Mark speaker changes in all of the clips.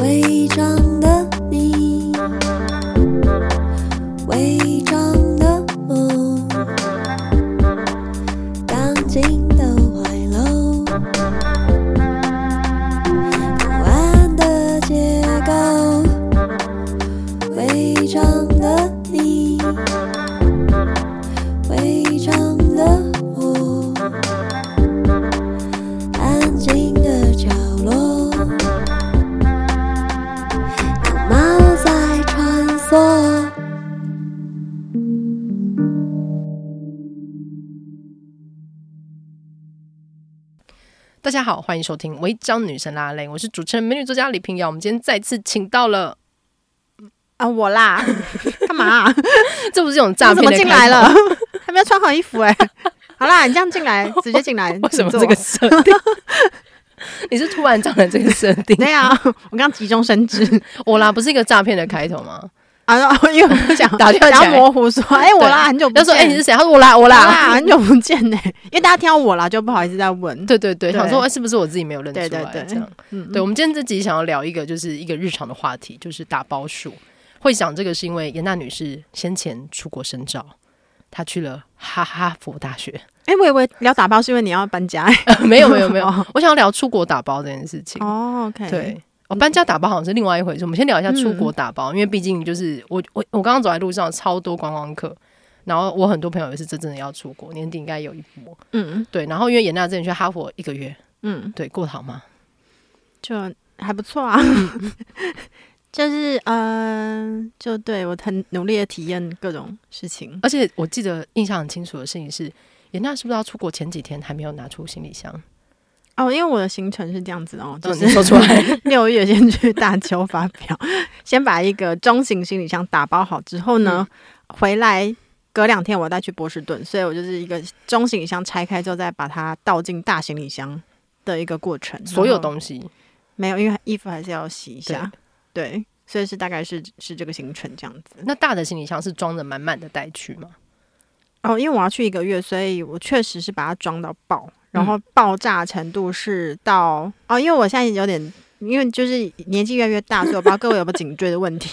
Speaker 1: 伪装的你，伪装的我，钢筋的怀楼，不安的结构，伪装的你，伪装的我，安静的角落。有猫在穿梭。
Speaker 2: 大家好，欢迎收听《违章女神拉蕾》，我是主持人美女作家李平遥。我们今天再次请到了，
Speaker 3: 啊，我啦， 干嘛、啊？
Speaker 2: 这不是一种诈
Speaker 3: 他
Speaker 2: 骗的
Speaker 3: 怎么进来
Speaker 2: 开头
Speaker 3: 了？ 还没有穿好衣服哎、 好啦，你这样进来，直接进来。
Speaker 2: 为什么
Speaker 3: 你坐
Speaker 2: 这个设定？你是突然讲的这个设定？
Speaker 3: 对呀、啊，我刚急中生智
Speaker 2: 我啦，不是一个诈骗的开头吗？
Speaker 3: 啊， 因为我不想
Speaker 2: 打电话起来
Speaker 3: 想要模糊说，哎、我啦，很久不
Speaker 2: 他
Speaker 3: 见。
Speaker 2: 说：“哎、你是谁？”他说：“我啦，我
Speaker 3: 我
Speaker 2: 啦。
Speaker 3: 啦，很久不见呢、因为大家听到我啦，就不好意思再问。
Speaker 2: 对对对，
Speaker 3: 对
Speaker 2: 想说：“哎、是不是我自己没有认出来？”
Speaker 3: 对对对
Speaker 2: 这样。
Speaker 3: 嗯，
Speaker 2: 对，我们今天这集想要聊一个，就是一个日常的话题，就是打包数。会想这个是因为严娜女士先前出国深造，她去了哈哈佛大学。
Speaker 3: 哎、我以为聊打包是因为你要搬 家、哎
Speaker 2: 没有没 有没有
Speaker 3: 哦，
Speaker 2: 我想要聊出国打包这件事情。
Speaker 3: 哦，OK，，嗯
Speaker 2: 对，哦，搬家打包好像是另外一回事。我们先聊一下出国打包，因为毕竟就是我我我刚刚走在路上，超多观光客。然后我很多朋友也是真正的要出国，年底应该有一波。
Speaker 3: 嗯
Speaker 2: 对，然后因为严娜之前去哈佛一个月，
Speaker 3: 嗯，
Speaker 2: 对，过得好吗？
Speaker 3: 就还不错啊。
Speaker 2: 嗯
Speaker 3: 就是嗯、呃就对我很努力的体验各种事情。
Speaker 2: 而且我记得印象很清楚的事情是，严娜是不是要出国前几天还没有拿出行李箱？
Speaker 3: 哦，因为我的行程是这样子哦，就
Speaker 2: 哦
Speaker 3: 是
Speaker 2: 你说出来，
Speaker 3: 六月先去大邱发表， 先把一个中型行李箱打包好之后呢，
Speaker 2: 嗯
Speaker 3: 回来隔两天我再去波士顿，所以我就是一个中行李箱拆开之后再把它倒进大行李箱的一个过程。
Speaker 2: 所有
Speaker 3: 然后
Speaker 2: 东西
Speaker 3: 没有，因为衣服还是要洗一
Speaker 2: 对
Speaker 3: 下，对，所以是大概是是这个行程这样子。
Speaker 2: 那大的行李箱是装的满满的带去吗？
Speaker 3: 哦，因为我要去一个月，所以我确实是把它装到爆，然后爆炸程度是到、哦，因为我现在有点，因为就是年纪越来越大，所以我不知道各位有没有颈椎的问题，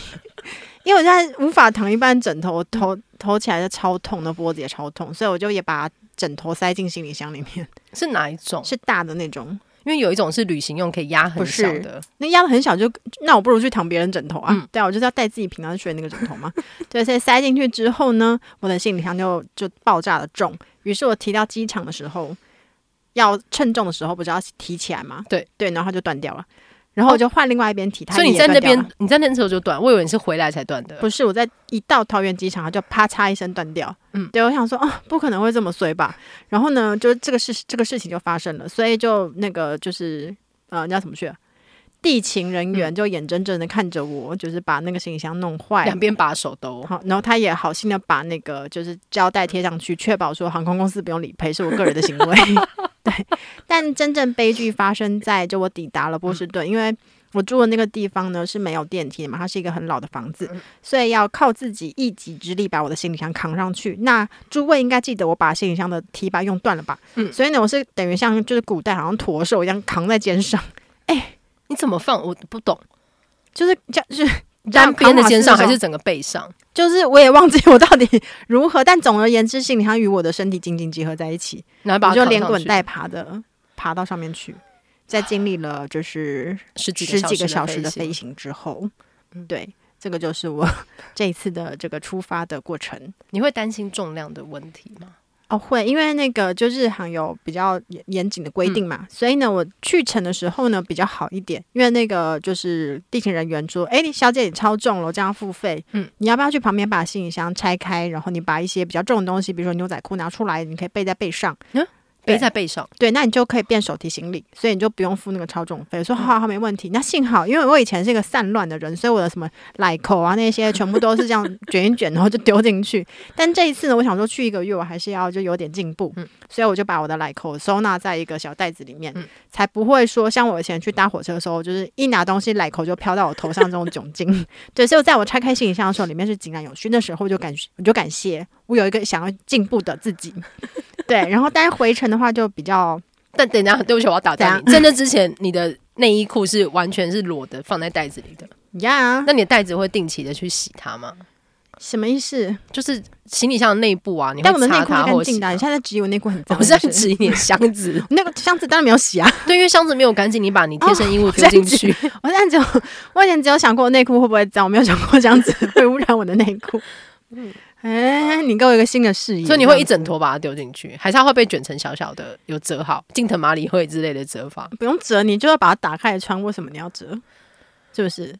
Speaker 3: 因为我现在无法躺一般枕头，我头头起来就超痛，那脖子也超痛，所以我就也把枕头塞进行李箱里面，
Speaker 2: 是哪一种？
Speaker 3: 是大的那种，
Speaker 2: 因为有一种是旅行用可以压很
Speaker 3: 不
Speaker 2: 小
Speaker 3: 是
Speaker 2: 的，
Speaker 3: 那压的很小就，那我不如去躺别人枕头啊。
Speaker 2: 嗯
Speaker 3: 对啊，我就是要带自己平常睡的那个枕头嘛。对，所以塞进去之后呢，我的行李箱就就爆炸的重。于是我提到机场的时候，要称重的时候不是要提起来吗？
Speaker 2: 对哦
Speaker 3: 对，然后它就断掉了。然后我就换另外一边提，它
Speaker 2: 所以你
Speaker 3: 也
Speaker 2: 在那
Speaker 3: 断掉
Speaker 2: 边
Speaker 3: 了，
Speaker 2: 你在那时候就断，我以为啊你是回来才断的。
Speaker 3: 不是我在一到桃园机场，它就啪嚓一声断掉。
Speaker 2: 嗯
Speaker 3: 对，我想说哦，不可能会这么衰吧？然后呢，就是这个事这个事情就发生了，所以就那个就是呃，你知道怎么去了？地勤人
Speaker 2: 嗯
Speaker 3: 员就眼睁睁的看着我，就是把那个行李箱弄坏
Speaker 2: 两。边把手都，
Speaker 3: 好，然后他也好心的把那个就是胶带贴上去，确保说航空公司不用理赔，是我个人的行为。对，但真正悲剧发生在就我抵达了波士顿，因为我住的那个地方呢是没有电梯的嘛，它是一个很老的房子，所以要靠自己一己之力把我的行李箱扛上去。那诸位应该记得我把行李箱的提把用断了吧？
Speaker 2: 嗯
Speaker 3: 所以呢，我是等于像就是古代好像驼兽一样扛在肩上，
Speaker 2: 你怎么放？我不懂，
Speaker 3: 就是这样就是。
Speaker 2: 单边的肩上还
Speaker 3: 扛瓦斯那种
Speaker 2: 是整个背上？
Speaker 3: 就是我也忘记我到底 如何，但总而言之，行李箱与我的身体紧紧结合在一起，
Speaker 2: 然后把
Speaker 3: 我
Speaker 2: 它
Speaker 3: 就
Speaker 2: 扛
Speaker 3: 连
Speaker 2: 上
Speaker 3: 滚
Speaker 2: 去
Speaker 3: 带爬的爬到上面去。在经历了就是
Speaker 2: 十几
Speaker 3: 十几个小时
Speaker 2: 时
Speaker 3: 的
Speaker 2: 飞
Speaker 3: 飞
Speaker 2: 行。嗯
Speaker 3: 行之后，对，这个就是我 这一次的这个出发的过程。
Speaker 2: 你会担心重量的问题吗？
Speaker 3: 哦，会，因为那个就日航有比较严严谨的规定嘛，所以呢，我去程的时候呢比较好一点，因为那个就是地勤人员说，哎，你小姐你超重了，这样付费，
Speaker 2: 嗯，
Speaker 3: 你要不要去旁边把行李箱拆开，然后你把一些比较重的东西，比如说牛仔裤拿出来，你可以背在背上，
Speaker 2: 嗯背在背上，
Speaker 3: 对，那你就可以变手提行李，所以你就不用付那个超重费。我说
Speaker 2: 嗯
Speaker 3: 好好没问题。那幸好，因为我以前是一个散乱的人，所以我的什么奶口啊那些全部都是 这样卷一卷，然后就丢进去。但这一次呢，我想说去一个月，我还是要就有点进步，
Speaker 2: 嗯
Speaker 3: 所以我就把我的奶口收纳在一个小袋子里面，
Speaker 2: 嗯
Speaker 3: 才不会说像我以前去搭火车的时候，就是一拿东西奶口就飘到我头上这种窘境。 对，所以我在我拆开行李箱的时候，里面是井然有序。那时候我就感我就感谢我有一个想要进步的自己。 对，然后但是回程的话就比较
Speaker 2: 但等一下，对不起，我要打断你。在那之前，你的内衣裤是完全是裸的，放在袋子里的。
Speaker 3: 呀
Speaker 2: 那你的袋子会定期的去洗它吗？
Speaker 3: 什么意思？
Speaker 2: 就是行李箱的内部啊，你
Speaker 3: 但我
Speaker 2: 会
Speaker 3: 们内
Speaker 2: 擦
Speaker 3: 裤
Speaker 2: 它
Speaker 3: 是干
Speaker 2: 或洗
Speaker 3: 净的啊，
Speaker 2: 它哦
Speaker 3: 你。现在指我内裤很脏，
Speaker 2: 我是在
Speaker 3: 不，
Speaker 2: 指你的箱 子
Speaker 3: 那个箱子当然没有洗 啊，
Speaker 2: 对，因为箱子没有干净，你把你贴身衣物丢进去，
Speaker 3: 我现在只有我以前只有想过我内裤会不会脏，我没有想过这样子会污染我的内裤。哎，你给我一个新的视
Speaker 2: 嗯
Speaker 3: 野，
Speaker 2: 所以你会一整坨把它丢进去，还是它会被卷成小小的，有折好，近藤麻里惠之类的折 法。
Speaker 3: 不用折，你就要把它打开来穿，为什么你要折？是不是？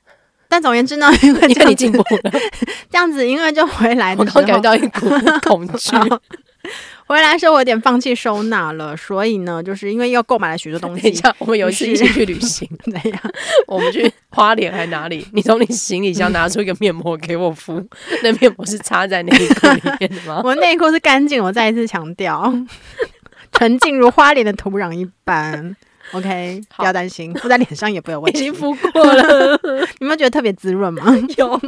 Speaker 3: 但总而言之呢，因为
Speaker 2: 因
Speaker 3: 这
Speaker 2: 为
Speaker 3: 样
Speaker 2: 你进
Speaker 3: 子
Speaker 2: 步了，
Speaker 3: 这样子，因为就回来
Speaker 2: 我
Speaker 3: 的时候，
Speaker 2: 刚感觉到一 股恐惧。
Speaker 3: 好回来的时候我有点放弃收纳了，所以呢，就是因为又购买了许多东
Speaker 2: 等
Speaker 3: 西
Speaker 2: 一，下，我们有一次一起去旅行，
Speaker 3: 怎样？
Speaker 2: 我们去花莲还哪里？你从你行李箱拿出一个面膜给我敷，那面膜是插在内裤里面的吗？
Speaker 3: 我内裤是干净，我再一次强 调，纯净如花莲的土壤一般。OK，
Speaker 2: 好
Speaker 3: 不要担心，敷在脸上也不会有问
Speaker 2: 已
Speaker 3: 题
Speaker 2: 经。敷过 了，
Speaker 3: 你们觉得特别 滋润吗？
Speaker 2: 有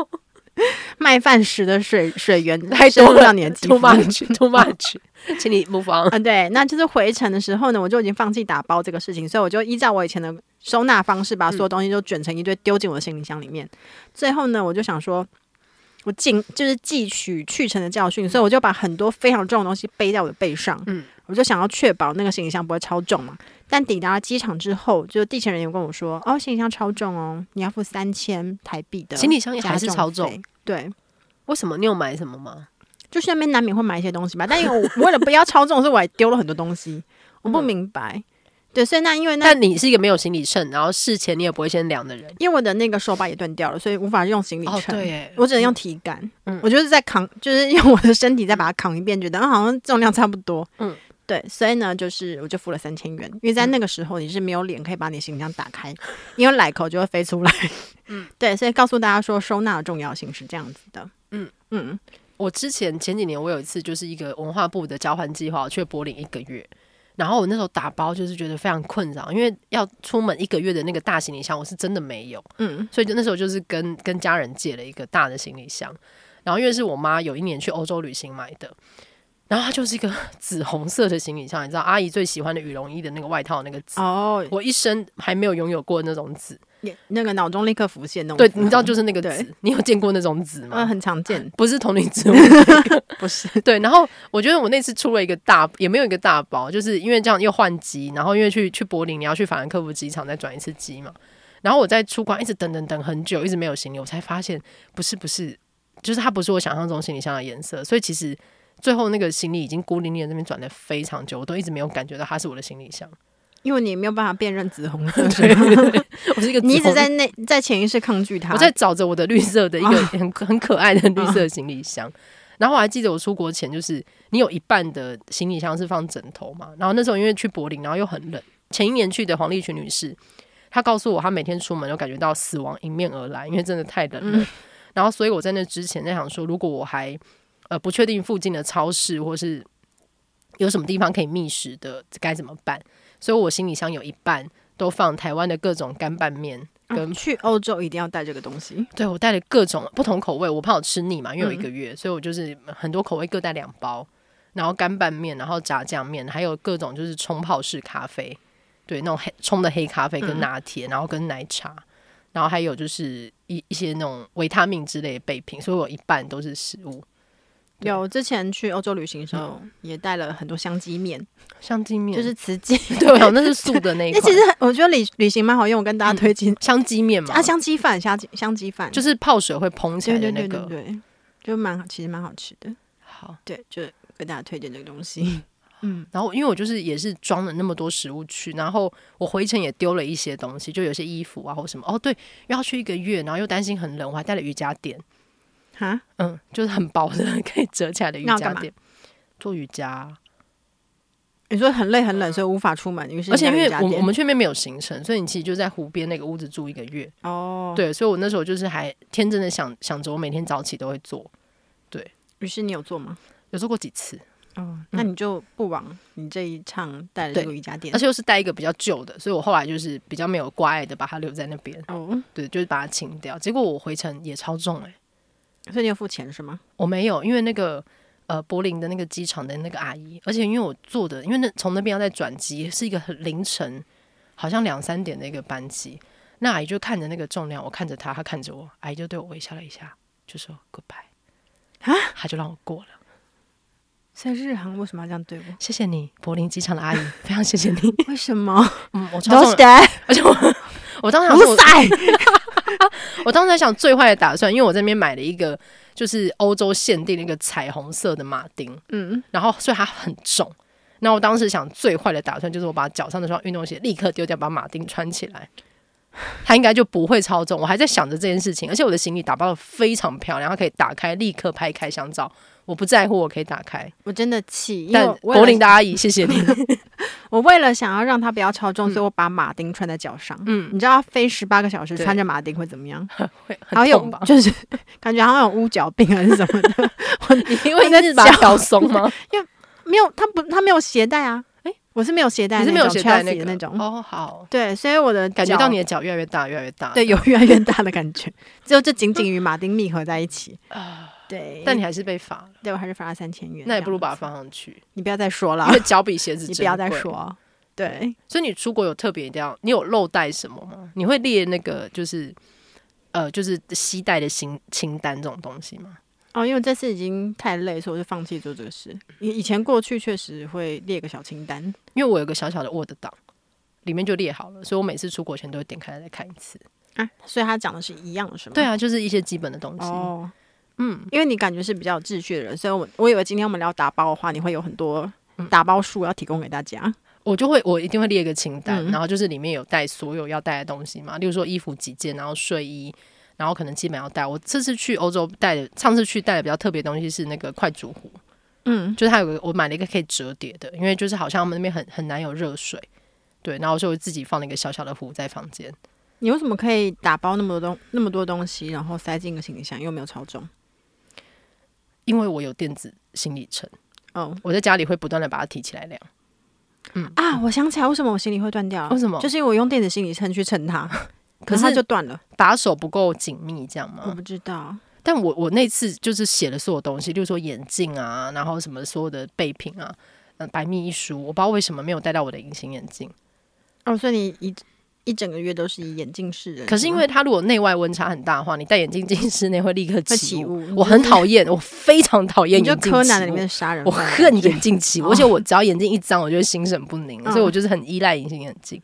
Speaker 3: 麦饭石的水水源
Speaker 2: 太
Speaker 3: 深
Speaker 2: 多
Speaker 3: 入
Speaker 2: 了
Speaker 3: 到你的肌
Speaker 2: too
Speaker 3: 肤。
Speaker 2: much too much，请 你 move on。
Speaker 3: 啊，对，那就是回程的时候呢，我就已经放弃打包这个事情，所以我就依照我以前的收纳方式，把所有
Speaker 2: 嗯
Speaker 3: 东西都卷成一堆丢进我的行李箱里面。最后呢，我就想说，我进就是汲取去程的教训，所以我就把很多非常重的东西背在我的背上。
Speaker 2: 嗯，
Speaker 3: 我就想要确保那个行李箱不会超重嘛。但抵达了机场之后，就地勤人员跟我说：“哦，行李箱超重哦，你要付三千台币的
Speaker 2: 行李箱也
Speaker 3: 啊加
Speaker 2: 还是超重
Speaker 3: 费，对，
Speaker 2: 为什么？你有买什么吗？
Speaker 3: 就是那边难免会买一些 东西吧。但因为我我为了不要超重，所以我还丢了很多东西，我不明白。对，所以那因为
Speaker 2: 嗯
Speaker 3: 那
Speaker 2: 但你是一个没有行李秤，然后事前你也不会先量的人。
Speaker 3: 因为我的那个手把也断掉了，所以无法用行李
Speaker 2: 哦，
Speaker 3: 秤。
Speaker 2: 对耶，
Speaker 3: 我只能用体感，
Speaker 2: 嗯
Speaker 3: 我就是在扛，就是用我的身体再把它扛一遍，觉得、啊、好像重量差不多，
Speaker 2: 嗯，
Speaker 3: 对，所以呢，就是我就付了三千元，因为在那个时候你是没有脸可以把你行李箱打开，因为奶口就会飞 出来，嗯，对，所以告诉大家说收纳的重要性是这样子的，
Speaker 2: 嗯
Speaker 3: 嗯，
Speaker 2: 我之前前几年我有一次就是一个文化部的交换计划，我去柏林一个月。然后我那时候打包就是觉得非常困扰，因为要出门一个月的那个大行李箱，我是真的没有。
Speaker 3: 嗯
Speaker 2: 所以就那时候就是跟跟家人借了一个大的行李箱，然后因为是我妈有一年去欧洲旅行买的，然后它就是一个 紫红色的行李箱，你知道阿姨最喜欢的羽绒衣的那个外套那个紫，
Speaker 3: 哦，
Speaker 2: 我一生还没有拥有过那种紫，
Speaker 3: 也那个脑中立刻浮现那种
Speaker 2: 对
Speaker 3: 符，号，
Speaker 2: 你知道就是那个
Speaker 3: 对
Speaker 2: 紫，你有见过那种紫
Speaker 3: 呃
Speaker 2: 吗？
Speaker 3: 很常见，
Speaker 2: 不是同龄植物，
Speaker 3: 不是，
Speaker 2: 对。然后我觉得我那次出了一个大，也没有一个大包，就是因为这样又换机，然后因为去去柏林，你要去法兰克福机场再转一次机嘛。然后我在出关一直等等等很久，一直没有行李，我才发现不是不是，就是它不是我想象中行李箱的颜色，所以其实最后那个行李已经孤零零的那边转了非常久，我都一直没有感觉到它是我的行李箱。
Speaker 3: 因为你没有办法辨认紫红色，是
Speaker 2: 对
Speaker 3: 吗
Speaker 2: 我是一个
Speaker 3: 你一
Speaker 2: 紫红
Speaker 3: 直在内在潜意识抗拒它，
Speaker 2: 我在找着我的绿色的一个
Speaker 3: 啊
Speaker 2: 很很可爱的绿色行李箱。然后我还记得我出国前，就是你有一半的行李箱是放枕头嘛。然后那时候因为去柏林，然后又很冷。前一年去的黄丽群女士，她告诉我，她每天出门都感觉到死亡迎面而来，因为真的太冷了。然后所以我在那之前在想说，如果我还呃不确定附近的超市或是有什么地方可以觅食的，该怎么办？所以我行李箱有一半都放台湾的各种干拌面跟
Speaker 3: 嗯去欧洲一定要带这个东西。
Speaker 2: 对我带了各种不同口味，我怕我吃腻嘛，因为有一
Speaker 3: 嗯
Speaker 2: 个月，所以我就是很多口味各带两包，然后干拌面，然后炸酱面，还有各种就是冲泡式咖啡，对，那种黑冲的黑咖啡跟
Speaker 3: 嗯
Speaker 2: 拿铁，然后跟奶茶，然后还有就是一一些那种维他命之类的备品，所以我一半都是食物，对嗯
Speaker 3: 有之前去欧洲旅行的时候，也带了很多香鸡面，
Speaker 2: 香鸡面
Speaker 3: 就是瓷鸡。
Speaker 2: 嗯 对，我想那是素的那一
Speaker 3: 那
Speaker 2: 款，
Speaker 3: 其实我觉得旅旅行蛮好用，我跟大家推荐
Speaker 2: 香鸡面嘛，
Speaker 3: 啊，香鸡饭、香鸡香鸡饭，
Speaker 2: 嗯就是是泡水会蓬起
Speaker 3: 对
Speaker 2: 来的
Speaker 3: 对
Speaker 2: 那
Speaker 3: 对
Speaker 2: 个，
Speaker 3: 对对，就蛮好，其实蛮好吃的。
Speaker 2: 好。
Speaker 3: 对，就跟大家推荐这个东西。嗯，
Speaker 2: 然后因为我就是也是装了那么多食物去，然后我回程也丢了一些东西，就有些衣服啊或什么。哦，对，因为要去一个月，然后又担心很冷，我还带了瑜伽垫，
Speaker 3: 哈，
Speaker 2: 嗯， 就是很薄的可以折起来的瑜
Speaker 3: 那要
Speaker 2: 伽
Speaker 3: 干嘛
Speaker 2: 垫，做瑜伽。
Speaker 3: 你说很累很冷，所以无法出门，于是
Speaker 2: 嗯而且因为
Speaker 3: 你到
Speaker 2: 我
Speaker 3: 瑜伽
Speaker 2: 我
Speaker 3: 垫
Speaker 2: 们去那边没有行程，所以你其实就在湖边那个屋子住一个月。
Speaker 3: 哦，，
Speaker 2: 对，所以我那时候就是还天真的想想着我每天早起都会做，
Speaker 3: 于是你有做吗？
Speaker 2: 有做过几次，
Speaker 3: 哦，
Speaker 2: 嗯
Speaker 3: 那你就不枉你这一趟带了这个瑜伽垫
Speaker 2: 而，且又是带一个比较旧的，所以我后来就是比较没有挂碍的把它留在那边，
Speaker 3: 哦，
Speaker 2: 对，就是把它清掉。结果我回程也超重哎、
Speaker 3: 所以你有付钱是吗？
Speaker 2: 我没有，因为那个呃柏林的那个机场的那个阿姨，而且因为我坐的，因为那从那边要再转机，是一个很凌晨，好像两三点的一个班机。那阿姨就看着那个重量，我看着她，她看着我，阿姨就对我微笑了一下，就说 goodbye，啊， 她就让我过了。
Speaker 3: 在日航为什么要这样对我？
Speaker 2: 谢谢你，柏林机场的阿姨，非常谢谢你。
Speaker 3: 为什么？
Speaker 2: 嗯，我 超
Speaker 3: 都
Speaker 2: 重
Speaker 3: 是
Speaker 2: 的，而且我 我当时想说
Speaker 3: 不
Speaker 2: 我
Speaker 3: 塞，
Speaker 2: 我当时还想最坏的打算，因为我在那边买了一个就是欧洲限定的一个彩虹色的马丁，
Speaker 3: 嗯，
Speaker 2: 然后所以它很重。那我当时想最坏的打算就是我把脚上那双运动鞋立刻丢掉，把马丁穿起来，它应该就不会超重。我还在想着这件事情，而且我的行李打包的非常漂亮，它可以打开立刻拍开箱照，我不在乎，我可以打开。
Speaker 3: 我真的气，因为
Speaker 2: 但
Speaker 3: 我为
Speaker 2: 柏林
Speaker 3: 了
Speaker 2: 的阿姨，谢谢 你。
Speaker 3: 我为了想要让它不要超重，所以我把马丁穿在脚上。
Speaker 2: 嗯，
Speaker 3: 你知道飞十八个小时
Speaker 2: 对
Speaker 3: 穿着马丁会怎么样？
Speaker 2: 会
Speaker 3: 好
Speaker 2: 很
Speaker 3: 像
Speaker 2: 痛吧
Speaker 3: 有？就是 感觉好像有乌脚病还是什么的，
Speaker 2: 因 为那是把它挑松吗？
Speaker 3: 没有，他不，他没有鞋带啊。
Speaker 2: 诶
Speaker 3: 我是没有鞋带
Speaker 2: 你
Speaker 3: 的
Speaker 2: 是
Speaker 3: 那种，
Speaker 2: 没有鞋带
Speaker 3: Chelsea
Speaker 2: 个
Speaker 3: 的那种。
Speaker 2: 哦，好，
Speaker 3: 对，所以我的
Speaker 2: 感觉
Speaker 3: 脚
Speaker 2: 到你的脚越来越大，越来越大。
Speaker 3: 对有越来越大的感 觉，只有这仅仅与马丁密合在一起。
Speaker 2: 啊，
Speaker 3: 对，
Speaker 2: 但你还是被罚了，
Speaker 3: 对我还是罚了三千元，
Speaker 2: 那也不如把它
Speaker 3: 这样
Speaker 2: 放上去，
Speaker 3: 子，你不要再说了
Speaker 2: 因，为脚比鞋子
Speaker 3: 你
Speaker 2: 珍
Speaker 3: 不要再
Speaker 2: 贵。
Speaker 3: 说。对，
Speaker 2: 所以你出国有特别一定要，你有漏带什么吗？你会列那个就是呃就是携带的清清单这种东西吗？
Speaker 3: 哦，因为这次已经太累，所以我就放弃做这个事。以以前过去确实会列个小清单，
Speaker 2: 因为我有个小小的 Word 档，里面就列好了，所以我每次出国前都会点开来再看一次。
Speaker 3: 啊，所以他讲的是一样的，是吗？
Speaker 2: 对。啊，就是一些基本的东西。
Speaker 3: 哦，
Speaker 2: 嗯，
Speaker 3: 因为你感觉是比较有秩序的人，所以我我以为今天我们聊打包的话，你会有很多打包数要提供给大家。
Speaker 2: 我就会我一定会列一个清单，
Speaker 3: 嗯
Speaker 2: 然后就是里面有带所有要带的东西嘛，例如说衣服几件，然后睡衣。然后可能基本要带。我这次去欧洲带的，上次去带的比较特别的东西是那个快煮壶，
Speaker 3: 嗯，
Speaker 2: 就是它有个我买了一个可以折叠的，因为就是好像他们那边很很难有热水，对，然后所以我自己放了一个小小的壶在房间，
Speaker 3: 你为什么可以打包那么多东那么多东西，然后塞进个行李箱，又没有超重？
Speaker 2: 因为我有电子行李秤，
Speaker 3: 哦
Speaker 2: 我在家里会不断的把它提起来量。
Speaker 3: 啊，我想起来，为什么我行李会断掉了？
Speaker 2: 嗯为什么
Speaker 3: 就是因为我用电子行李秤去称 它，
Speaker 2: 可
Speaker 3: 可是它
Speaker 2: 是啊
Speaker 3: 就断了。
Speaker 2: 把手不够紧密，这样
Speaker 3: 我
Speaker 2: 吗？
Speaker 3: 不知道，
Speaker 2: 但我我那次就是写了所有东西，例如说眼镜啊，然后什么所有的备品啊，呃，百密一疏，我不知道为什么没有带到我的隐形眼镜。
Speaker 3: 哦，所以你一一整个月都是以眼镜示人吗，
Speaker 2: 可是因为它如果内外温差很大的话，你戴眼镜进室内会立刻
Speaker 3: 会
Speaker 2: 起
Speaker 3: 起
Speaker 2: 雾。
Speaker 3: 雾，
Speaker 2: 我很讨厌，我非常讨厌
Speaker 3: 你
Speaker 2: 眼
Speaker 3: 就
Speaker 2: 镜
Speaker 3: 柯南
Speaker 2: 起
Speaker 3: 的里
Speaker 2: 雾
Speaker 3: 面的杀人
Speaker 2: 我
Speaker 3: 犯，
Speaker 2: 恨眼镜起雾，
Speaker 3: 哦
Speaker 2: 而且我只要眼睛一张，我就会心神不宁，
Speaker 3: 嗯
Speaker 2: 所以我就是很依赖隐形眼镜。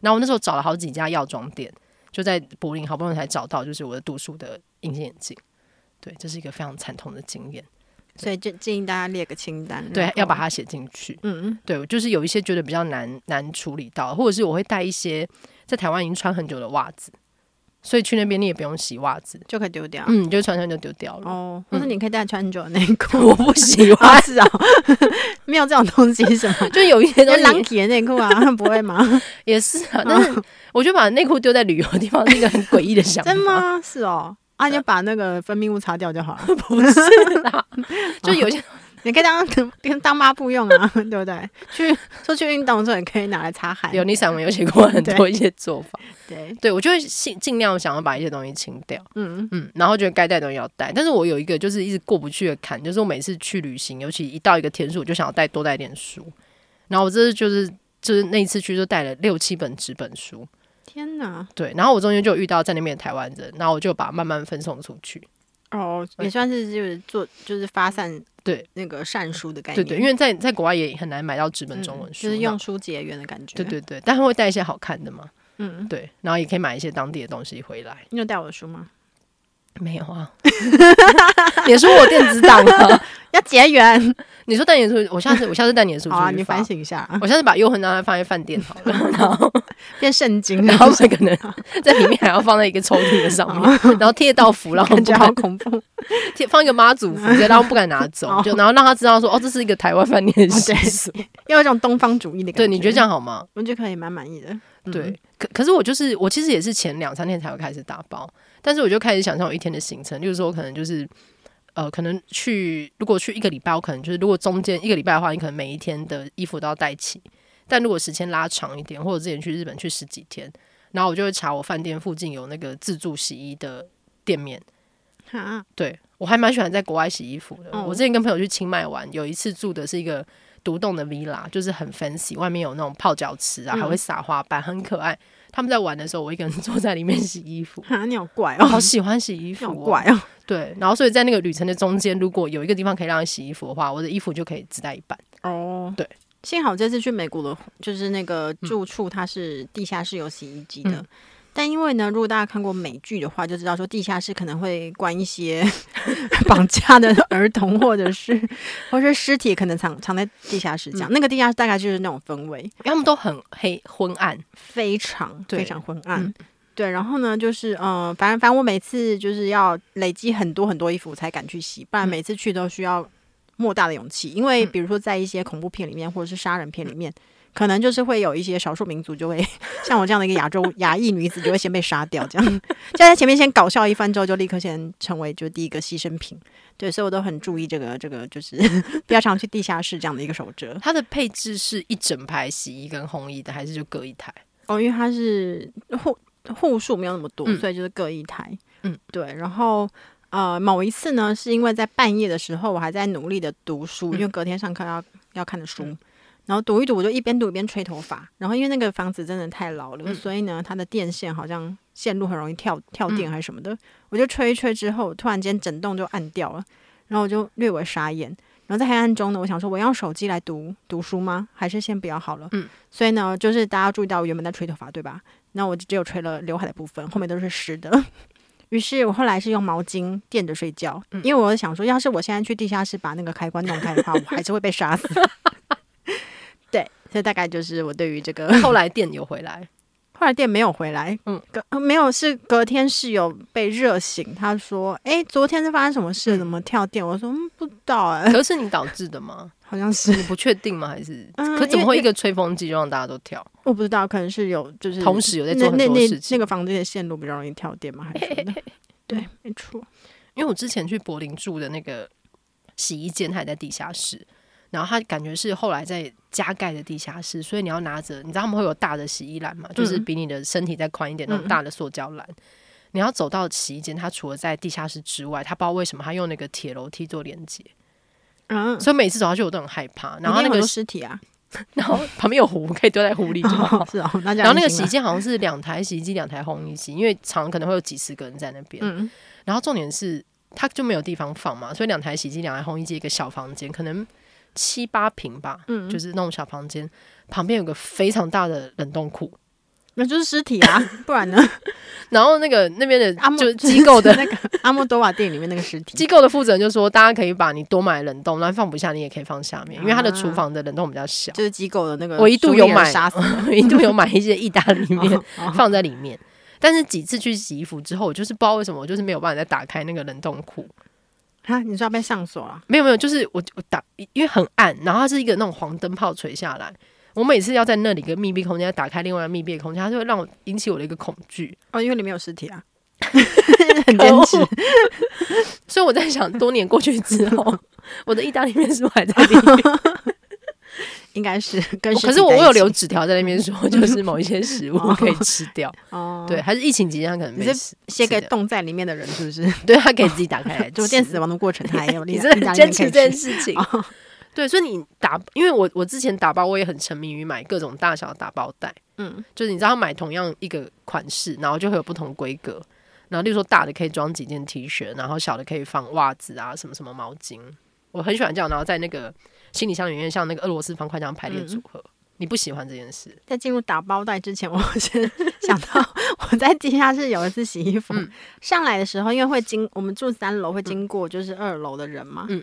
Speaker 2: 然后我那时候找了好几家药妆店，就在柏林好不容易才找到，就是我的度数的隐形眼镜。对，这是一个非常惨痛的经验。
Speaker 3: 所以就建议大家列个清单，然
Speaker 2: 对
Speaker 3: 后，
Speaker 2: 要把它写进去。
Speaker 3: 嗯
Speaker 2: 对，就是有一些觉得比较难难处理到，或者是我会带一些在台湾已经穿很久的袜子，所以去那边你也不用洗袜子，
Speaker 3: 就可以丢掉。
Speaker 2: 嗯，你就穿穿就丢掉了。
Speaker 3: 哦，
Speaker 2: 嗯
Speaker 3: 或者你可以带穿很久的内裤，
Speaker 2: 我不喜欢，
Speaker 3: 啊是啊， 没有这种东西 是吗？
Speaker 2: 就有一些
Speaker 3: 有
Speaker 2: 东西
Speaker 3: 狼体的内裤啊，不会 吗？
Speaker 2: 也是啊，但是我觉得把内裤丢在旅游的地方是一个很诡异的想法，
Speaker 3: 哦真？吗？是哦，啊，你就把那个分泌物擦掉就好了，
Speaker 2: 不是 啦，就有些
Speaker 3: 你可以当跟当抹布用啊， 对不对？去出去运动的时候也可以拿来擦汗。
Speaker 2: 有你散文有写过很多一些做法，
Speaker 3: 对，
Speaker 2: 对我就会尽尽量想要把一些东西清掉，
Speaker 3: 嗯，
Speaker 2: 嗯，然后觉得该带的东西要带，但是我有一个就是一直过不去的坎，就是我每次去旅行，尤其一到一个天数，我就想要带多带点书，然后我这次就是。就是那一次去就带了六七本纸本书，
Speaker 3: 天哪，
Speaker 2: 对，然后我中间就遇到在那边的台湾人，然后我就把它慢慢分送出去，
Speaker 3: 哦，也算是就是做就是发散
Speaker 2: 哎对
Speaker 3: 那个善书的概
Speaker 2: 对
Speaker 3: 念，嗯
Speaker 2: 对，因为在在国外也很难买到纸本中文书，
Speaker 3: 就是
Speaker 2: 那
Speaker 3: 用书结缘的感觉。
Speaker 2: 对，对对，但他会带一些好看的嘛，
Speaker 3: 嗯，
Speaker 2: 对，然后也可以买一些当地的东西回来。
Speaker 3: 你有带我的书吗？
Speaker 2: 没有啊，也是我电子档啊，
Speaker 3: 要结缘。
Speaker 2: 你说带你的书，我下次我下次带你的书
Speaker 3: 好啊，
Speaker 2: 出去
Speaker 3: 你
Speaker 2: 发
Speaker 3: 反。省一下，
Speaker 2: 我下次把幽魂拿来放在饭店好了，然后
Speaker 3: 变圣经 了
Speaker 2: 然，后可能在里面还要放在一个抽屉的上面，然后贴到符，然后
Speaker 3: 感
Speaker 2: 不
Speaker 3: 觉好
Speaker 2: 敢
Speaker 3: 恐怖。
Speaker 2: 贴放一个妈 祖符，然后不敢拿走，就然后让他知道说哦，这是一个台湾饭店
Speaker 3: 哦
Speaker 2: 的习俗。
Speaker 3: 要有一种东方主义的感觉。
Speaker 2: 对，你觉得这样好吗？
Speaker 3: 我觉得可以，蛮满意的。嗯
Speaker 2: 对，，可可是我就是我其实也是前两三天才会开始打包，但是我就开始想象我一天的行程，例如说我可能就是呃，可能去如果去一个礼拜，我可能就是如果中间一个礼拜的话，你可能每一天的衣服都要带齐，但如果时间拉长一点，或者之前去日本去十几天，然后我就会查我饭店附近有那个自助洗衣的店面，
Speaker 3: 哈，
Speaker 2: 对我还蛮喜欢在国外洗衣服的。
Speaker 3: 哦
Speaker 2: 我之前跟朋友去清迈玩，有一次住的是一个独栋的 villa，就是很 fancy，外面有那种泡脚池啊，还会
Speaker 3: 嗯，
Speaker 2: 撒花瓣，很可爱。他们在玩的时候，我一个人 坐在里面洗衣服
Speaker 3: 哈，你好怪
Speaker 2: 我
Speaker 3: 哦，
Speaker 2: 好喜欢洗衣
Speaker 3: 你
Speaker 2: 服、
Speaker 3: 好
Speaker 2: 哦，
Speaker 3: 怪哦。
Speaker 2: 对，然后所以在那个旅程的中间，如果有一个地方可以让你洗衣服的话，我的衣服就可以只带一半。
Speaker 3: 哦，
Speaker 2: 对，
Speaker 3: 幸好这次去美国的，就是那个住处它是地下室有洗衣机的。
Speaker 2: 嗯
Speaker 3: 但因为呢，如果大家看过美剧的话，就知道说地下室可能会关一 些绑架的儿童，或者是或者是尸体，可能藏藏在地下室
Speaker 2: 嗯
Speaker 3: 这样。那个地下室大概就是那种氛围，
Speaker 2: 因为他们都很黑昏暗，
Speaker 3: 非常
Speaker 2: 对
Speaker 3: 非常昏暗。
Speaker 2: 嗯
Speaker 3: 对，然后呢，就是嗯、呃反正反正我每次就是要累积很多很多衣服才敢去洗，不然
Speaker 2: 嗯
Speaker 3: 每次去都需要莫大的勇气。因为
Speaker 2: 嗯
Speaker 3: 比如说在一些恐怖片里面，或者是杀人片里面，可能就是会有一些少数民族就会 像我这样的一个亚洲亚裔女子就会先被杀掉，这
Speaker 2: 嗯
Speaker 3: 样 就在前面先搞笑一番之后，就立刻先成为就第一个牺牲品。对，所以我都很注意这个这个，就是 不要常去地下室这样的一个守则。
Speaker 2: 它的配置是一整排洗衣跟烘衣的，还是就各一台？
Speaker 3: 哦，因为它是户户数没有那么多，
Speaker 2: 嗯
Speaker 3: 所以就是各一台。
Speaker 2: 嗯，
Speaker 3: 对。然后呃，某一次呢，是因为在半夜的时候，我还在努力的读书，因为
Speaker 2: 嗯
Speaker 3: 隔天上课要要看的书。
Speaker 2: 嗯
Speaker 3: 然后读一读，我就一边读一边吹头发。然后因为那个房子真的太老了，
Speaker 2: 嗯
Speaker 3: 所以呢，它的电线好像线路很容易跳跳
Speaker 2: 嗯
Speaker 3: 电还是什么的。我就吹一吹之后，突然间整栋就暗掉了，然后我就略微傻眼。然后在黑暗中呢，我想说，我要用手机来读读书吗？还是先不要好了？
Speaker 2: 嗯，
Speaker 3: 所以呢，就是大家注意到我原本在吹头发，对吧？那我只有吹了刘海的部分，后面都是湿的。 于是我后来是用毛巾垫着睡觉，
Speaker 2: 嗯
Speaker 3: 因为我想说，要是我现在去地下室把那个开关弄开的话，我还是会被杀死。 对，所以大概就是我对于这个
Speaker 2: 后来店有回来，
Speaker 3: 后来店没有回来，
Speaker 2: 嗯
Speaker 3: 嗯，隔没有是隔天室友被热醒，他说：“哎、昨天是发生什么事？
Speaker 2: 嗯
Speaker 3: 怎么跳电？”我说：“嗯，不知道哎、
Speaker 2: 可是你导致的吗？
Speaker 3: 好像是
Speaker 2: 你不确定吗？还是
Speaker 3: 嗯
Speaker 2: 可怎么
Speaker 3: 因为
Speaker 2: 会一个吹风机就让大家都跳？
Speaker 3: 我不知道，可能是有就是
Speaker 2: 同时有在
Speaker 3: 那
Speaker 2: 做很
Speaker 3: 那
Speaker 2: 多
Speaker 3: 那
Speaker 2: 事情
Speaker 3: 那。个房间的线路比较容易跳电嘛，还是什 么的？对，没错。
Speaker 2: 因为我之前去柏林住的那个洗衣间，它也在地下室，然后它感觉是后来在加盖的地下室，所以你要拿着，你知道他们会有大的洗衣篮嘛，就是比你的身体再宽一点那种大的塑胶篮。你要走到洗衣间，它除了在地下室之外，它不知道为什么它用那个铁楼梯做连接，
Speaker 3: 嗯，
Speaker 2: 所以每次走下去我都很害怕。然后那
Speaker 3: 一定有很
Speaker 2: 个
Speaker 3: 多，尸体 啊，。
Speaker 2: 然后旁边有湖，可以丢在湖里就好
Speaker 3: 是哦，那这样
Speaker 2: 然后那个
Speaker 3: 就
Speaker 2: 洗衣
Speaker 3: 行了
Speaker 2: 间好像是两台洗衣机、两台烘衣机，因为常可能会有几十个人在那边。
Speaker 3: 嗯，
Speaker 2: 然后重点是它就没有地方放嘛，所以两台洗衣机、两台烘衣机，一个小房间，可能七八平吧，
Speaker 3: 嗯
Speaker 2: 就是那种小房间，旁边有个非常大的冷冻库，
Speaker 3: 那就是尸体啊，不然呢？
Speaker 2: 然后那个那边的
Speaker 3: 阿莫
Speaker 2: 就是机构的。
Speaker 3: 那个阿莫多瓦电影里面那个尸体，
Speaker 2: 机构的负责人就说，大家可以把你多买冷冻，然后放不下你也可以放下面，因为他的
Speaker 3: 啊
Speaker 2: 厨房的冷冻比较小。
Speaker 3: 就是机构的那个，
Speaker 2: 我一度有买
Speaker 3: 杀死的
Speaker 2: 我一度有买一些意大利面
Speaker 3: 哦哦
Speaker 2: 放在里面，但是几次去洗衣服之后，我就是不知道为什么，我就是没有办法再打开那个冷冻库。
Speaker 3: 哈，啊你说要被上锁啊了？
Speaker 2: 没有没有，就是我我打，因为很暗，然后它是一个那种黄灯泡垂下来。我每次要在那里跟密闭空间打开另外一个密闭的空间，它就会让我引起我的一个恐 惧。
Speaker 3: 哦，因为里面有尸体啊，很坚持
Speaker 2: 可恶。所以我在想，多年过去之后，我的意大利面是不是还在里 面？
Speaker 3: 应该是跟尸体
Speaker 2: 哦可是我
Speaker 3: 在一
Speaker 2: 我有
Speaker 3: 起
Speaker 2: 留纸条在那边说，就是某一些 食物
Speaker 3: 哦
Speaker 2: 可以吃掉。
Speaker 3: 哦，
Speaker 2: 对，，还是疫情期间它可能
Speaker 3: 你
Speaker 2: 没
Speaker 3: 是
Speaker 2: 吃，
Speaker 3: 写给
Speaker 2: 吃掉
Speaker 3: 冻在里面的人是不是？
Speaker 2: 对，它可以自己打开 来吃。
Speaker 3: 就电死亡的过程，他也有
Speaker 2: 你
Speaker 3: 力
Speaker 2: 真的
Speaker 3: 量，力
Speaker 2: 很
Speaker 3: 量
Speaker 2: 坚持这
Speaker 3: 可以
Speaker 2: 件
Speaker 3: 哦吃
Speaker 2: 事情。 对，所以你打，因为我我之前打包，我也很沉迷于买各种大小的打包袋。
Speaker 3: 嗯，
Speaker 2: 就是你知道买同样一个款式，然后就会有不同规格。然后，例如说大的可以装几件 T 恤，然后小的可以放袜子啊，什么什么毛巾。我很喜欢这样，然后在那个行李箱里面，像那个俄罗斯方块这样排
Speaker 3: 嗯
Speaker 2: 列组合。你不喜欢这件 事？
Speaker 3: 在进入打包袋之前，我先 想到 我在地下室有一次洗衣
Speaker 2: 嗯
Speaker 3: 服，上来的时候，因为会经我们住三楼，会经过就是二楼的人嘛，
Speaker 2: 嗯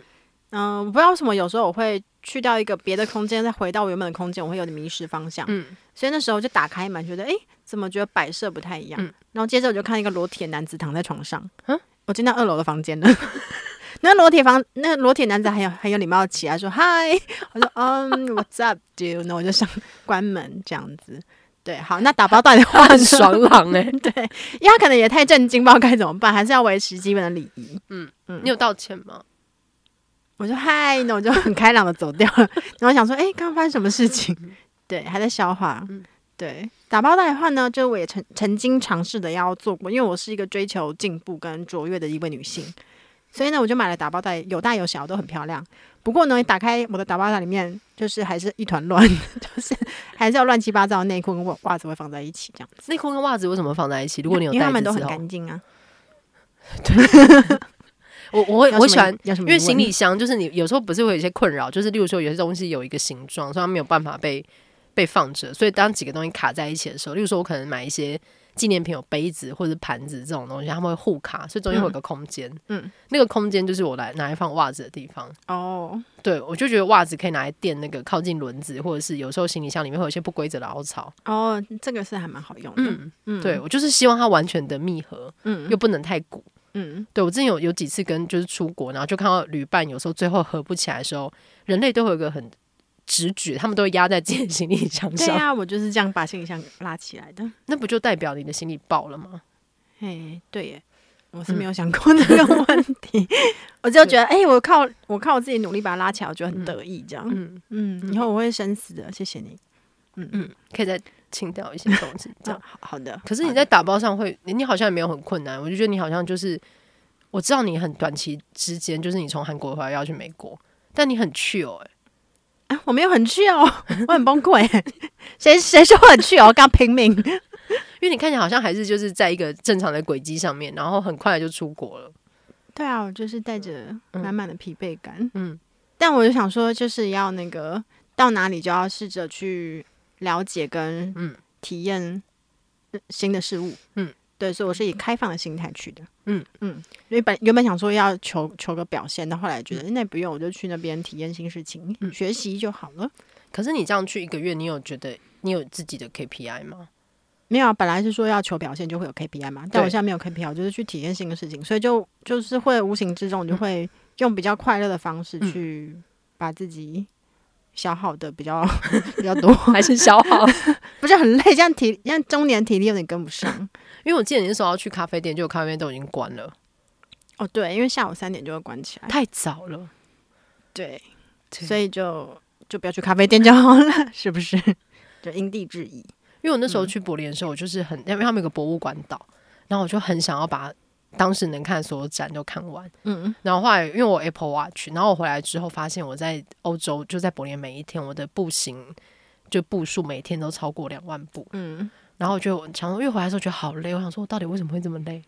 Speaker 3: 嗯、我不知道为什么有时候我会去到一个别的空间，再回到我原本的空间，我会有点迷失方向。
Speaker 2: 嗯，
Speaker 3: 所以那时候就打开门，觉得诶，怎么觉得摆设不太一样？
Speaker 2: 嗯
Speaker 3: 然后接着我就看一个裸体的男子躺在床上，
Speaker 2: 啊
Speaker 3: 我进到二楼的房间了。 那裸体房，那裸体男子很有很有礼貌的起来说嗨， 我说嗯、what's up dude，那我就想 关门这样子。对，好，那打包到底 话
Speaker 2: 很
Speaker 3: 呢
Speaker 2: 爽朗 哎、
Speaker 3: 对，因为他可能也太震惊，不知道该怎么办，还是要维持基本的礼仪。
Speaker 2: 你有道歉吗？
Speaker 3: 我就嗨，那我就很开朗的走掉了。然后想说，哎、刚刚发生什么事情？对，还在消化。
Speaker 2: 嗯
Speaker 3: 对，打包带的话呢，就我也曾曾经尝试的要做过，因为我是一个追求进步跟卓越的一位女性，所以呢，我就买了打包袋，有大有小，都很漂亮。不过呢，打开我的打包袋里面，就是还是一团乱， 就是还是有乱七八糟的内裤跟袜袜子会放在一起这样。
Speaker 2: 内裤跟袜子为什么放在一起？如果你有
Speaker 3: 因为
Speaker 2: 袋
Speaker 3: 他
Speaker 2: 子
Speaker 3: 们都
Speaker 2: 之
Speaker 3: 很
Speaker 2: 后，
Speaker 3: 干净啊。
Speaker 2: 我我会
Speaker 3: 有
Speaker 2: 我
Speaker 3: 什
Speaker 2: 喜
Speaker 3: 么
Speaker 2: 欢，
Speaker 3: 有什
Speaker 2: 因
Speaker 3: 么疑
Speaker 2: 为
Speaker 3: 嗯问
Speaker 2: 行李箱就是你有时候不是会有一些困扰，就是例如说有些东西有一个形状，所以它没有办法被被放着，所以当几个东西卡在一起的时候，例如说我可能买一些纪念品，有杯子或者是盘子这种东西，他们会互卡，所以中间会有个空间，
Speaker 3: 嗯，
Speaker 2: 那个空间就是我来拿来放袜子的地方。
Speaker 3: 哦，
Speaker 2: 对，我就觉得袜子可以拿来垫那个靠近轮子，或者是有时候行李箱里面会有一些不规则的凹槽。
Speaker 3: 哦，这个是还蛮好用的。
Speaker 2: 嗯，
Speaker 3: 嗯
Speaker 2: 对，，我就是希望它完全的密合，
Speaker 3: 嗯
Speaker 2: 又不能太鼓。
Speaker 3: 嗯，
Speaker 2: 对我之前有有几次跟就是出国，然后就看到旅伴有时候最后合不起来的时候，人类都会有一个很直觉，他们都会压在自己的行李箱
Speaker 3: 对
Speaker 2: 上，
Speaker 3: 啊，我就是这样把行李箱拉起来的。
Speaker 2: 那不就代表你的行李爆了吗？
Speaker 3: 嘿，对耶，嗯我是没有想过这个问题， 我就觉得，哎、我靠，我靠我自己努力把它拉起来，我觉得很得意，这样，嗯
Speaker 2: 嗯
Speaker 3: 以后我会深思的，谢谢你。嗯嗯，
Speaker 2: 嗯，可以再清掉一些东 西，这
Speaker 3: 这
Speaker 2: 样
Speaker 3: 样。好好的。
Speaker 2: 可是你
Speaker 3: 嗯好的
Speaker 2: 在打包上会，你你好像也没有很困难，我就觉得你好像就是，我知道你很短期之间，就是你从韩国回来要去美国，但你很去哦、欸，
Speaker 3: 啊我没有很去 哦，我很崩溃。谁谁说我很去哦？我刚拼命。
Speaker 2: 因为你看起来好像还是就是在一个正常的轨迹上面，然后很快就出国了，
Speaker 3: 对啊，我就是带着满满的疲惫感。
Speaker 2: 嗯
Speaker 3: 但我就想说，就是要那个到哪里就要试着去了解跟
Speaker 2: 嗯
Speaker 3: 体验呃新的事物。
Speaker 2: 嗯，
Speaker 3: 对，所以我是以开放的心态去的。
Speaker 2: 嗯
Speaker 3: 嗯，因为本原本想说要求求个表现，但后来觉得、哎那不用，我就去那边体验新事情，
Speaker 2: 嗯
Speaker 3: 学习就好了。
Speaker 2: 可是你这样去一个月，你有觉得你有自己的 KPI 吗？
Speaker 3: 没有啊，本来是说要求表现就会有 KPI 嘛，但我
Speaker 2: 对
Speaker 3: 现在没有 KPI，我就是去体验新的事情，所以就就是会无形之中，你就会用比较快乐的方式
Speaker 2: 嗯
Speaker 3: 去把自己消耗的比 较比较多，
Speaker 2: 还是消耗？
Speaker 3: 不是很累，这样体这样中年体力有点跟 不上。
Speaker 2: 因为我记得你那时候要去咖啡店，就咖啡店都已经关了，
Speaker 3: 哦，对，因为下午三点就会关起来，
Speaker 2: 太早了，
Speaker 3: 对，所
Speaker 2: 所以
Speaker 3: 以就就不要去咖啡店就好了，是不是？就因地制宜。
Speaker 2: 因为我那时候去柏林的时候，我就是很，因为他们有个博物馆岛，然后我就很想要把当时能看的所有展都看完。
Speaker 3: 嗯，
Speaker 2: 然后后来因为我 Apple Watch，然后我回来之后发现我在欧洲就在柏林每一天我的步行就步数每天都超过两万步，
Speaker 3: 嗯，
Speaker 2: 然后我就常因为回来的时候觉得好累，我想说我到底为什么会这么累？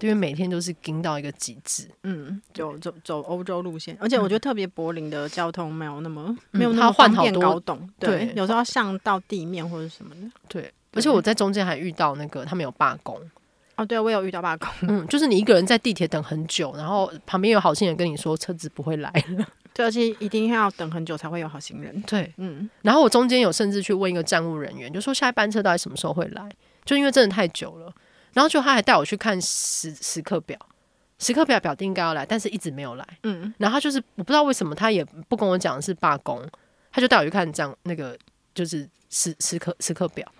Speaker 2: 因为每天都是盯到一个极致，
Speaker 3: 嗯，走走走欧洲路线，而且我觉得特别柏林的交通没有那么、
Speaker 2: 嗯
Speaker 3: 没有那么
Speaker 2: 它换
Speaker 3: 方便
Speaker 2: 好多
Speaker 3: 搞懂，
Speaker 2: 对
Speaker 3: 对，有时候要上到地面或者什么的。
Speaker 2: 对，而且我在中间还遇到那个他们有罢 工，
Speaker 3: 哦，
Speaker 2: 啊
Speaker 3: 对，我有遇到罢工，
Speaker 2: 嗯，就是你一个人在地铁等很久，然后旁边有好心人跟你说车子不会来了，
Speaker 3: 对，而且一定要等很久才会有好心人。
Speaker 2: 对，
Speaker 3: 嗯，
Speaker 2: 然后我中间有甚至去问一个站务人员，就说下一班车到底什么时候会来？就因为真的太久了，然后就他还带我去看时时刻表，时刻表表定应该要来，但是一直没有来。
Speaker 3: 嗯，
Speaker 2: 然后他就是我不知道为什么他也不跟我讲是罢工，他就带我去看站那个就是时时刻时刻表，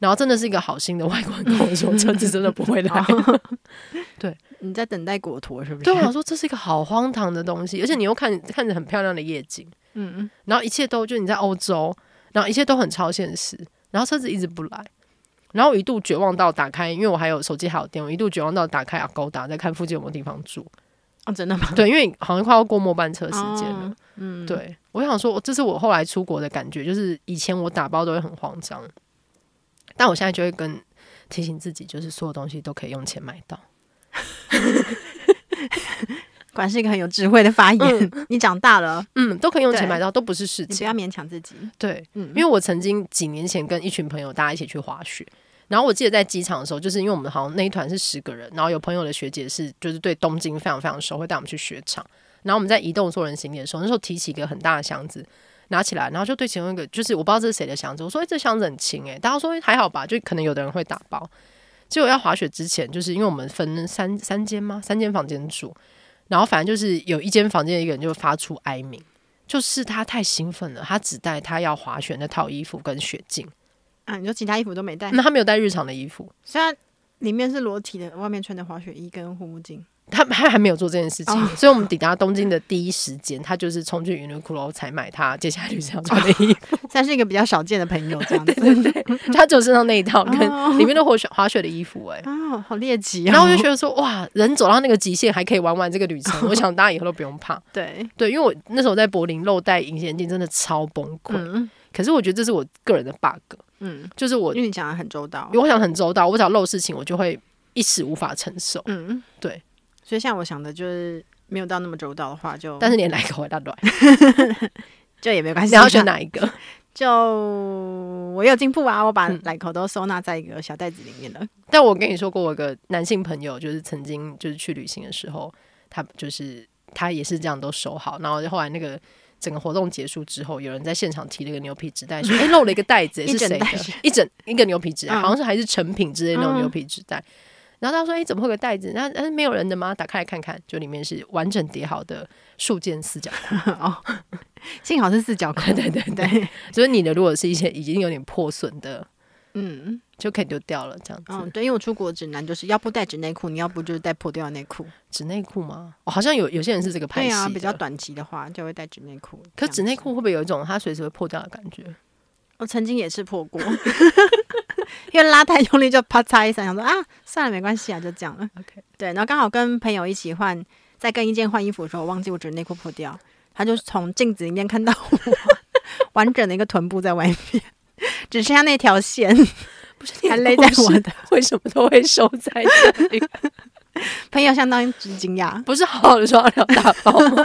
Speaker 2: 然后真的是一个好心的外国人跟我说 车子真的不会 来。
Speaker 3: 你在等待果陀是 不是？
Speaker 2: 对啊我想说这是一个好荒唐的东西，而且你又看看着很漂亮的夜景，
Speaker 3: 嗯，
Speaker 2: 然后一切都就你在欧洲，然后一切都很超现实，然后车子一直不来，然后我一度绝望到打开，因为我还有手机还有电，我一度绝望到打开阿勾达，在看附近有没有地方住。
Speaker 3: 哦，真的吗？
Speaker 2: 对，因为好像快要过末班车时间了。
Speaker 3: 哦嗯，，
Speaker 2: 对，我想说，这是我后来出国的感觉，就是以前我打包都会很慌张，但我现在就会跟提醒自己，就是所有东西都可以用钱买到。
Speaker 3: 果然是一个很有智慧的发言。 你长大了，
Speaker 2: 嗯，都可以用钱
Speaker 3: 对
Speaker 2: 买到，都不是事
Speaker 3: 你不
Speaker 2: 情
Speaker 3: 要。勉强自己。
Speaker 2: 对，
Speaker 3: 嗯，
Speaker 2: 因为我曾经几年前跟一群朋友大家一起去滑雪，然后我记得在机场的时候，就是因为我们好像那一团是十个人，然后有朋友的学姐是就是对东京非常非常熟，会带我们去雪场。然后我们在移动所有人行李的时候，那时候提起一个很大的箱子，拿起来，然后就对其中一个，就是我不知道这是谁的箱子，我说：“哎、这箱子很轻诶、大家说：“还好吧。”就可能有的人会打包。结果要滑雪之前，就是因为我们分三三间吗？三间房间住，然后反正就是有一间房间的一个人就发出哀鸣，就是他太兴奋了，他只带他要滑雪那套衣服跟雪镜，
Speaker 3: 啊，你说其他衣服都没带，
Speaker 2: 那他没有带日常的衣服，
Speaker 3: 虽然里面是裸体的，外面穿的滑雪衣跟护目镜。
Speaker 2: 他他还没有做这件事情，
Speaker 3: 哦
Speaker 2: 所以我们抵达东京的第一时间，他就是冲去云伦骷髅才买他接下来旅程要穿的衣服，
Speaker 3: 算是一个比较少见的朋友这 样子。
Speaker 2: 就他只有身上那一套跟
Speaker 3: 哦
Speaker 2: 里面的滑雪滑雪的衣服、哎。
Speaker 3: 哦，好猎奇啊！
Speaker 2: 然后我就觉得说，哇，人走到那个极限还可以玩玩这个旅程，我想大家以后都不用怕。
Speaker 3: 对，
Speaker 2: 对，因为我那时候在柏林漏戴隐形眼镜，真的超崩溃。
Speaker 3: 嗯
Speaker 2: 可是我觉得这是我个人的 bug，
Speaker 3: 嗯，
Speaker 2: 就是我
Speaker 3: 因为你讲的很周到，
Speaker 2: 我想很周到，我只要漏事情，我就会一时无法承受。
Speaker 3: 嗯
Speaker 2: 对，
Speaker 3: 所以像我想的就是没有到那么周到的话就，
Speaker 2: 但是连来个回答乱，
Speaker 3: 就也没关系。
Speaker 2: 你要选？哪一个？
Speaker 3: 就我有进步啊，我把
Speaker 2: 嗯
Speaker 3: 奶口都收纳在一个小袋子里面 了。
Speaker 2: 但我跟你说过，我有个男性朋友，就是曾经就是去旅行的时候，他就是他也是这样都收好，然后后来那个整个活动结束之后，有人在现场提了一个牛皮纸袋，说：“哎、漏了一个袋 子，
Speaker 3: 一
Speaker 2: 是
Speaker 3: 整
Speaker 2: 谁的
Speaker 3: 袋是？
Speaker 2: 一整一个牛皮纸袋，
Speaker 3: 嗯
Speaker 2: 好像是还是成品之类的那种
Speaker 3: 嗯
Speaker 2: 牛皮纸袋。然后他说：“哎、怎么会有个袋子？那那没有人的吗？打开来看看，就里面是完整叠好的数件四角裤。
Speaker 3: 哦，幸好是四角裤。
Speaker 2: 对对对，
Speaker 3: 对，
Speaker 2: 所以你的如果是一些已经有点破损的，
Speaker 3: 嗯，
Speaker 2: 就可以丢掉了。这样子，
Speaker 3: 哦，对，因为我出国指南就是要不带纸内裤，你要不就是带破掉的内裤。
Speaker 2: 纸内裤吗？哦好像有有些人是这个派
Speaker 3: 对
Speaker 2: 系
Speaker 3: 啊，
Speaker 2: 的
Speaker 3: 比较短期的话就会带纸内裤。
Speaker 2: 可
Speaker 3: 这样
Speaker 2: 纸内裤会不会有一种它随时会破掉的感觉？
Speaker 3: 我曾经也是破过， 因为拉太用力就啪嚓一声，想说啊，算了，没关系啊，就这样了。
Speaker 2: OK
Speaker 3: 对，然后刚好跟朋友一起换，在更衣间换衣服的时候，我忘记我纸内裤破掉，他就从镜子里面看到我 完整的一个臀部在外面，只剩下那条线
Speaker 2: 不是
Speaker 3: 还勒在我的。
Speaker 2: 为什么都会收在这 里？
Speaker 3: 朋友相当之惊讶，
Speaker 2: 不是好好的说要聊打包 吗？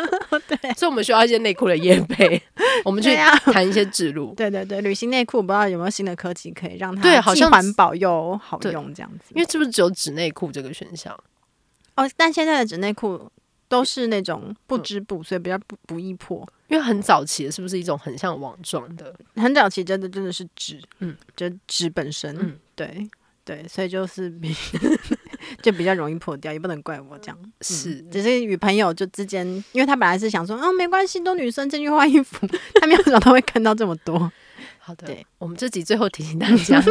Speaker 2: 对，所以我们需要一些内裤的夜配，我们去
Speaker 3: 对啊
Speaker 2: 谈一些制度。
Speaker 3: 对对对，旅行内裤不知道有没有新的科技可以让它
Speaker 2: 对好
Speaker 3: 既
Speaker 2: 像
Speaker 3: 环保又好
Speaker 2: 对
Speaker 3: 用这样子，
Speaker 2: 因为是不是只有纸内裤这个选项？
Speaker 3: 哦，但现在的纸内裤都是那种不
Speaker 2: 嗯
Speaker 3: 织布，所以比较不不易破。
Speaker 2: 因为很早期的是不是一种很像网状的？
Speaker 3: 很早期真的真的是纸，
Speaker 2: 嗯
Speaker 3: 嗯，就纸本身，
Speaker 2: 嗯
Speaker 3: 对对，所以就是比 就比较容易破掉，也不能怪我这样，嗯
Speaker 2: 是
Speaker 3: 只是与朋友就之间，因为他本来是想说，嗯，没关系，都女生进去换衣服， 他没有想到会看到这么多，
Speaker 2: 好的
Speaker 3: 对。
Speaker 2: 我们这集最后提醒大 家。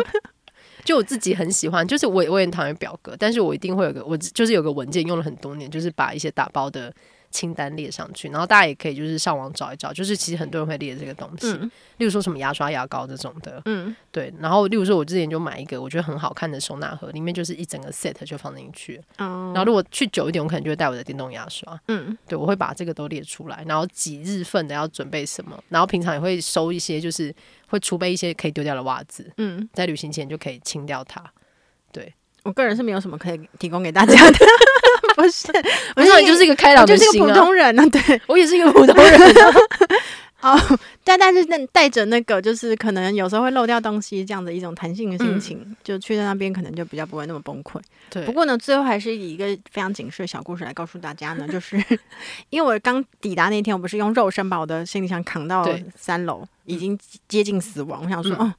Speaker 2: 就我自己很喜欢，就是我也我也很讨厌表格，但是我一定会有个我就是有个文件用了很多年，就是把一些打包的清单列上去，然后大家也可以就是上网找一找，就是其实很多人会列这个东西，
Speaker 3: 嗯
Speaker 2: 例如说什么牙刷、牙膏这种的，
Speaker 3: 嗯，
Speaker 2: 对。然后，例如说，我之前就买一个我觉得很好看的收纳盒，里面就是一整个 set 就放进去。
Speaker 3: 然
Speaker 2: 然后，如果去久一点，我可能就会带我的电动牙刷。
Speaker 3: 嗯
Speaker 2: 对，我会把这个都列出来，然后几日份的要准备什么，然后平常也会收一些，就是会储备一些可以丢掉的袜子，
Speaker 3: 嗯，
Speaker 2: 在旅行前就可以清掉它。
Speaker 3: 我个人是没有什么可以提供给大家的， 不是，
Speaker 2: 我知道你就是一个开朗
Speaker 3: 我
Speaker 2: 的
Speaker 3: 就是一
Speaker 2: 心
Speaker 3: 个普
Speaker 2: 啊，
Speaker 3: 通人啊，对，
Speaker 2: 我也是一个普通人。啊
Speaker 3: 哦，但但是那带着那个，就是可能有时候会漏掉东西，这样的一种弹性的心情，就去到那边可能就比较不会那么崩溃。
Speaker 2: 嗯对，
Speaker 3: 不过呢，最后还是以一个非常警示的小故事来告诉大家呢，就是 因为我刚抵达那天，我不是用肉身把我的行李箱扛到
Speaker 2: 对
Speaker 3: 三楼，已经接近死亡。我想说，
Speaker 2: 嗯
Speaker 3: 哦，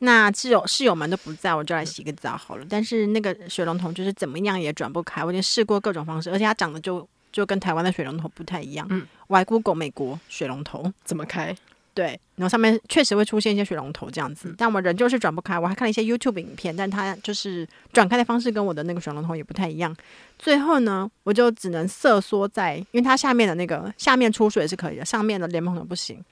Speaker 3: 那室友室友们都不在，我就来洗个澡好了。但是那个水龙头就是怎么样也转不开，我已经试过各种方式，而且它长得就就跟台湾的水龙头不太一样。
Speaker 2: 嗯
Speaker 3: 我还 Google 美国水龙头。
Speaker 2: 怎么开？
Speaker 3: 对，然后上面确实会出现一些水龙头这样子，但我仍旧是转不开。我还看了一些 YouTube 影片，但它就是转开的方式跟我的那个水龙头也不太一样。最后呢，我就只能瑟缩在，因为它下面的那个下面出水是可以的，上面的莲蓬头不行，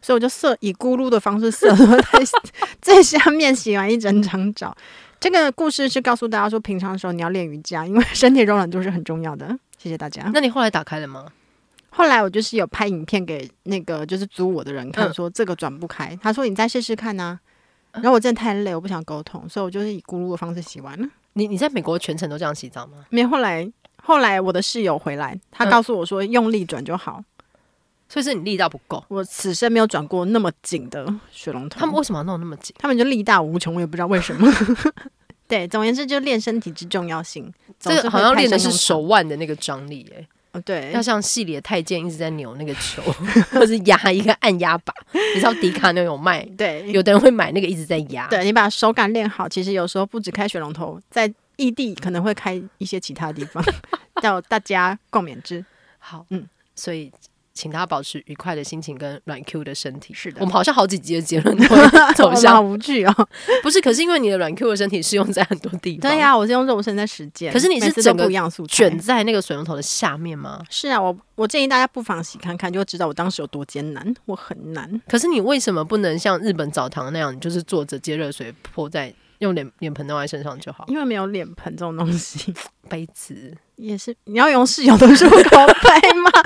Speaker 3: 所以我就瑟以咕噜的方式瑟缩在 最下面洗完一整张澡。这个故事是告诉大家说，平常的时候你要练瑜伽，因为身体柔软度是很重要的。谢谢大家。
Speaker 2: 那你后来打开了吗？
Speaker 3: 后来我就是有拍影片给那个就是租我的人看，
Speaker 2: 嗯
Speaker 3: 说这个转不开，他说你再试试看呐、然后我真的太累，我不想沟通，所以我就是以咕噜的方式洗完了。
Speaker 2: 你你在美国全程都这样洗澡吗？
Speaker 3: 没有后来，后来我的室友回来，他
Speaker 2: 嗯
Speaker 3: 告诉我说用力转就好。
Speaker 2: 所以是你力道不够。
Speaker 3: 我此生没有转过那么紧的水龙头，
Speaker 2: 他们为什么要弄那么紧？
Speaker 3: 他们就力大无穷，我也不知道为什 么。对，总而言之，就练身体之重要性。
Speaker 2: 这
Speaker 3: 总是
Speaker 2: 个
Speaker 3: 会
Speaker 2: 好像
Speaker 3: 派
Speaker 2: 练的
Speaker 3: 上
Speaker 2: 是
Speaker 3: 用场
Speaker 2: 手腕的那个张力、欸，
Speaker 3: 哦对
Speaker 2: 要，像戏里的太监一直在扭那个球， 或是压一个按压把。你知道迪卡那有卖，
Speaker 3: 对，
Speaker 2: 有的人会买那个一直在压。
Speaker 3: 对你把手感练好，其实有时候不止开水龙头，在异地可能会开一些其他地方， 叫大家共勉 之。
Speaker 2: 好，嗯
Speaker 3: 嗯，
Speaker 2: 所以请大家保持愉快的心情跟软 Q 的身体。
Speaker 3: 是的
Speaker 2: 我们好像好几集的结论都会
Speaker 3: 我
Speaker 2: 走
Speaker 3: 们好
Speaker 2: 向
Speaker 3: 无趣哦。
Speaker 2: 不是，可是因为你的软 Q 的身体适用在很多地方。
Speaker 3: 对、呀、我是用肉身在实践，
Speaker 2: 可是你是
Speaker 3: 每次都
Speaker 2: 整个
Speaker 3: 不一样的素材
Speaker 2: 卷在那个水龙头的下面吗？
Speaker 3: 是啊，我我建议大家不妨洗看看，就会知道我当时有多艰难，我很难。
Speaker 2: 可是你为什么不能像日本澡堂那样，你就是坐着接热水泼在用脸脸盆弄在身上就好？
Speaker 3: 因为没有脸盆这种东西，
Speaker 2: 杯子
Speaker 3: 也是你要用室友的漱口杯吗？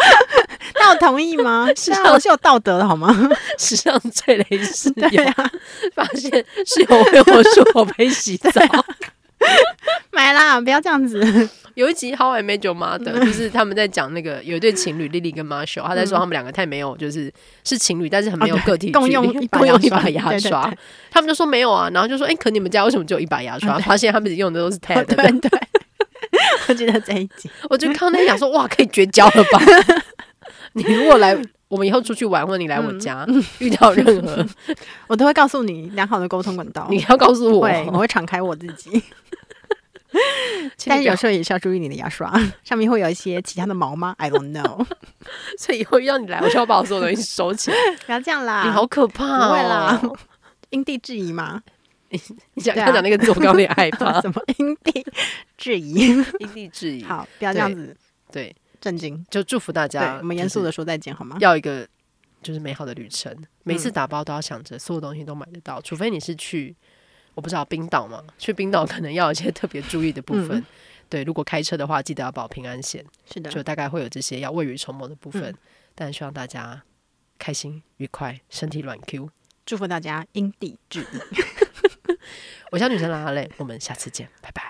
Speaker 3: 那我同意吗？是
Speaker 2: 啊
Speaker 3: 啊，我是有道德的 好吗？
Speaker 2: 史上最雷室友
Speaker 3: 对，啊，
Speaker 2: 发现室友为我漱口杯洗澡。
Speaker 3: 啊 买啦，不要这样子。
Speaker 2: 有一集《How I Met Your Mother》，就是他们在讲那个有一对情侣 Lily 跟 Marshall，他在说他们两个太没有，就是是情侣，但是很没有
Speaker 3: 哦对
Speaker 2: 个体距离
Speaker 3: 共 用一把
Speaker 2: 共用
Speaker 3: 牙
Speaker 2: 一把
Speaker 3: 刷
Speaker 2: 牙
Speaker 3: 对对
Speaker 2: 刷
Speaker 3: 对。
Speaker 2: 他们就说没有啊，然后就说哎，可你们家为什么只有一把牙刷？发现他们用的都是 Ted
Speaker 3: 哦对
Speaker 2: 的。
Speaker 3: 对，我记得这一集。
Speaker 2: 我就看到那想说哇，可以绝交了吧？你如果来，我们以后出去玩，或者你来我 家
Speaker 3: 嗯
Speaker 2: 遇到任何，
Speaker 3: 我都会告诉你良好的沟通管道。
Speaker 2: 你要告诉我，
Speaker 3: 会，我会敞开我自己，
Speaker 2: 请
Speaker 3: 但
Speaker 2: 你
Speaker 3: 是
Speaker 2: 不要
Speaker 3: 有时候也是要注意你的牙刷， 上面会有一些其他的毛吗？I don't know，
Speaker 2: 所以以后遇到你来，我就要把我所有东西收起来。
Speaker 3: 不要这样啦，
Speaker 2: 你好可怕哦！
Speaker 3: 不会啦因地制宜嘛，
Speaker 2: 你想
Speaker 3: 对啊
Speaker 2: 看讲那个字，我刚刚有点害哎 怕
Speaker 3: 什，么因地 制宜？
Speaker 2: 因地制宜。
Speaker 3: 好，不要这样子
Speaker 2: 对，
Speaker 3: 震惊。
Speaker 2: 就祝福大
Speaker 3: 对，
Speaker 2: 家，
Speaker 3: 我们严肃的说嗯再见好吗？
Speaker 2: 要一个就是美好的旅程。每次打包都要想着所有东西都买得到，除非你是去我不知道冰岛嘛，去冰岛可能要有一些特别注意的部分。
Speaker 3: 嗯
Speaker 2: 对，如果开车的话，记得要保平安险，
Speaker 3: 是的，
Speaker 2: 就大概会有这些要未雨绸缪的部分。
Speaker 3: 嗯
Speaker 2: 但希望大家开心、愉快，身体软 Q。
Speaker 3: 祝福大家因地制宜。
Speaker 2: 我是女神拉拉嘞，我们下次见，拜拜。